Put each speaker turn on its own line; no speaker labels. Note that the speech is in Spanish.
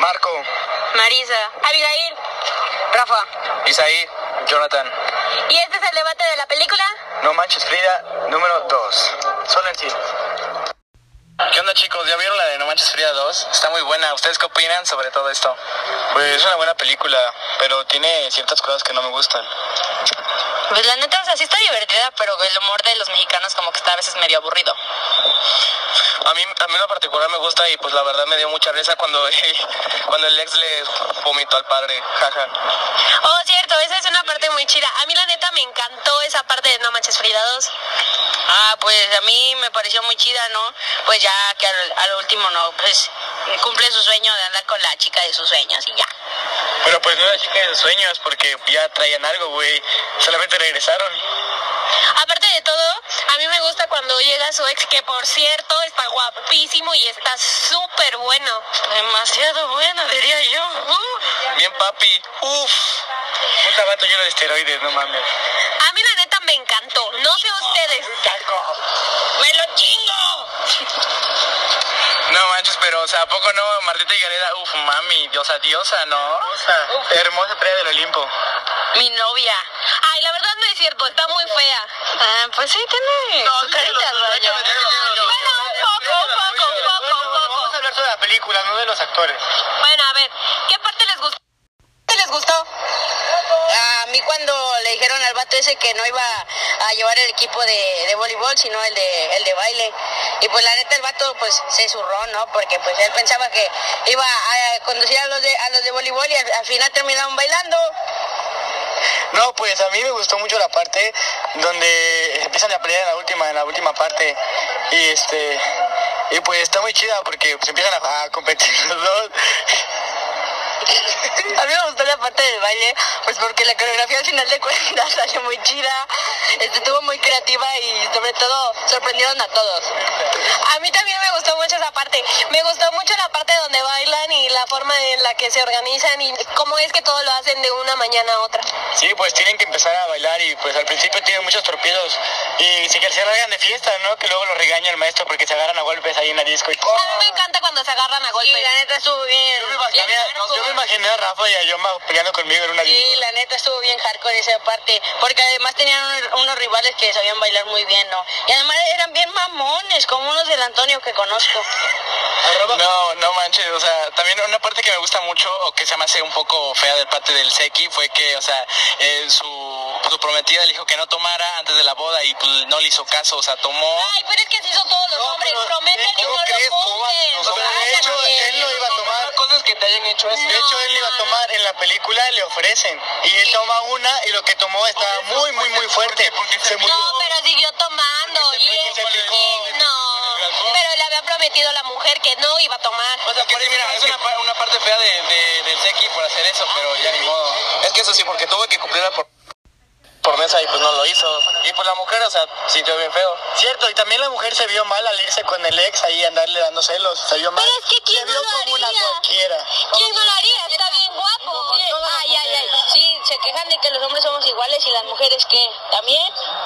Marco,
Marisa, Abigail, Rafa.
Isaí, Jonathan.
Y este es el debate de la película.
No manches Frida, número 2. Solo en cines. ¿Qué onda chicos? ¿Ya vieron la de No Manches Frida 2? Está muy buena. ¿Ustedes qué opinan sobre todo esto? Pues es una buena película, pero tiene ciertas cosas que no me gustan.
Pues la neta, o sea, sí está divertida, pero el humor de los mexicanos como que está a veces medio aburrido.
A mí, a mí en lo particular me gusta y pues la verdad me dio mucha risa cuando, cuando el ex le vomitó al padre. Jaja.
Oh, cierto, esa es una parte muy chida. A mí la neta me encantó esa parte de No Manches Frida 2.
Ah, pues a mí me pareció muy chida, ¿no? Pues ya que al, al último no, pues cumple su sueño de andar con la chica de sus sueños y ya.
Pero pues no era chica de sueños porque ya traían algo, güey. Solamente regresaron.
Aparte de todo, a mí me gusta cuando llega su ex, que por cierto está guapísimo y está súper bueno.
Demasiado bueno, diría yo. Uh.
Bien, papi. Uf. Un tabato lleno de esteroides, no mames.
A mí la neta me encantó. No sé ustedes.
¡Me lo chingo!
No manches, pero, o sea, ¿a poco no? Martita y Gareda, uf, mami, diosa, diosa, ¿no? Hermosa, hermosa estrella del Olimpo.
Mi novia.
Ay, la verdad no es cierto, está muy fea.
Ah, pues sí, tiene su carita raya.
Bueno, un poco, un poco, un poco, un poco.
Vamos a hablar sobre la película, no de los actores.
Bueno, a ver, ¿qué parte les gustó?
¿Te les gustó? A mí cuando le dijeron al vato ese que no iba a llevar el equipo de, de voleibol, sino el de, el de baile. Y pues la neta el vato pues se zurró, ¿no? Porque pues él pensaba que iba a conducir a los de, a los de voleibol y al, al final terminaron bailando.
No, pues a mí me gustó mucho la parte donde empiezan a pelear en la última, en la última parte. Y este y pues está muy chida porque pues, empiezan a, a competir los dos.
A mí me gustó la parte del baile, pues porque la coreografía al final de cuentas salió muy chida, este, estuvo muy creativa y sobre todo sorprendieron a todos.
A mí también me gustó mucho esa parte. Me gustó mucho la parte donde bailan y la forma en la que se organizan y cómo es que todo lo hacen de una mañana a otra.
Sí, pues tienen que empezar a bailar y pues al principio tienen muchos torpedos y sí que se largan de fiesta, ¿no? Que luego los regaña el maestro porque se agarran a golpes ahí en la disco. Y...
A mí me encanta cuando se agarran a golpes.
Y la neta estuvo bien.
Yo me imaginé, yo me imaginé a Rafa y a Yoma peleando conmigo en una
Sí,
disco.
la neta estuvo bien hardcore esa parte, porque además tenían un- unos rivales que sabían bailar muy bien, ¿no? Y además eran bien mamones, como unos del Antonio que conozco.
No, no manches, o sea, también una parte que me gusta mucho o que se me hace un poco fea de parte del Seki fue que, o sea, eh, su, su prometida le dijo que no tomara antes de la boda y pues no le hizo caso, o sea, tomó...
Ay, pero es que así son todos los hombres,
pero,
prometen y no
¿cómo
lo
crees? ¿Cómo vas?
cumplen.
O sea, de hecho, él no iba a tomar. Cosas que te hayan hecho eso. De hecho, él iba a tomar en la película, le ofrecen. Y él toma una y lo que tomó estaba muy, muy, muy fuerte. Se murió.
No, pero siguió tomando
Porque se
y
fue,
él
que se picó,
sí,
que se
no.
fue con el alcohol.
Pero le había prometido a la mujer que no iba a tomar.
O sea, por ahí, mira, es una, pa- una parte fea de, de, del Seki por hacer eso, pero ya ni modo. Es que eso sí, porque tuve que cumplirla por promesa y pues no lo hizo. Y pues la mujer, o sea, sintió bien feo. Cierto, y también la mujer se vio mal al irse con el ex ahí andarle dando celos. Se vio mal.
Pero es que ¿quién no lo haría?
cualquiera.
¿Quién no lo haría? Está bien guapo.
Sí, ay, ay, ay. Sí, se quejan de que los hombres somos iguales y las mujeres que también. pues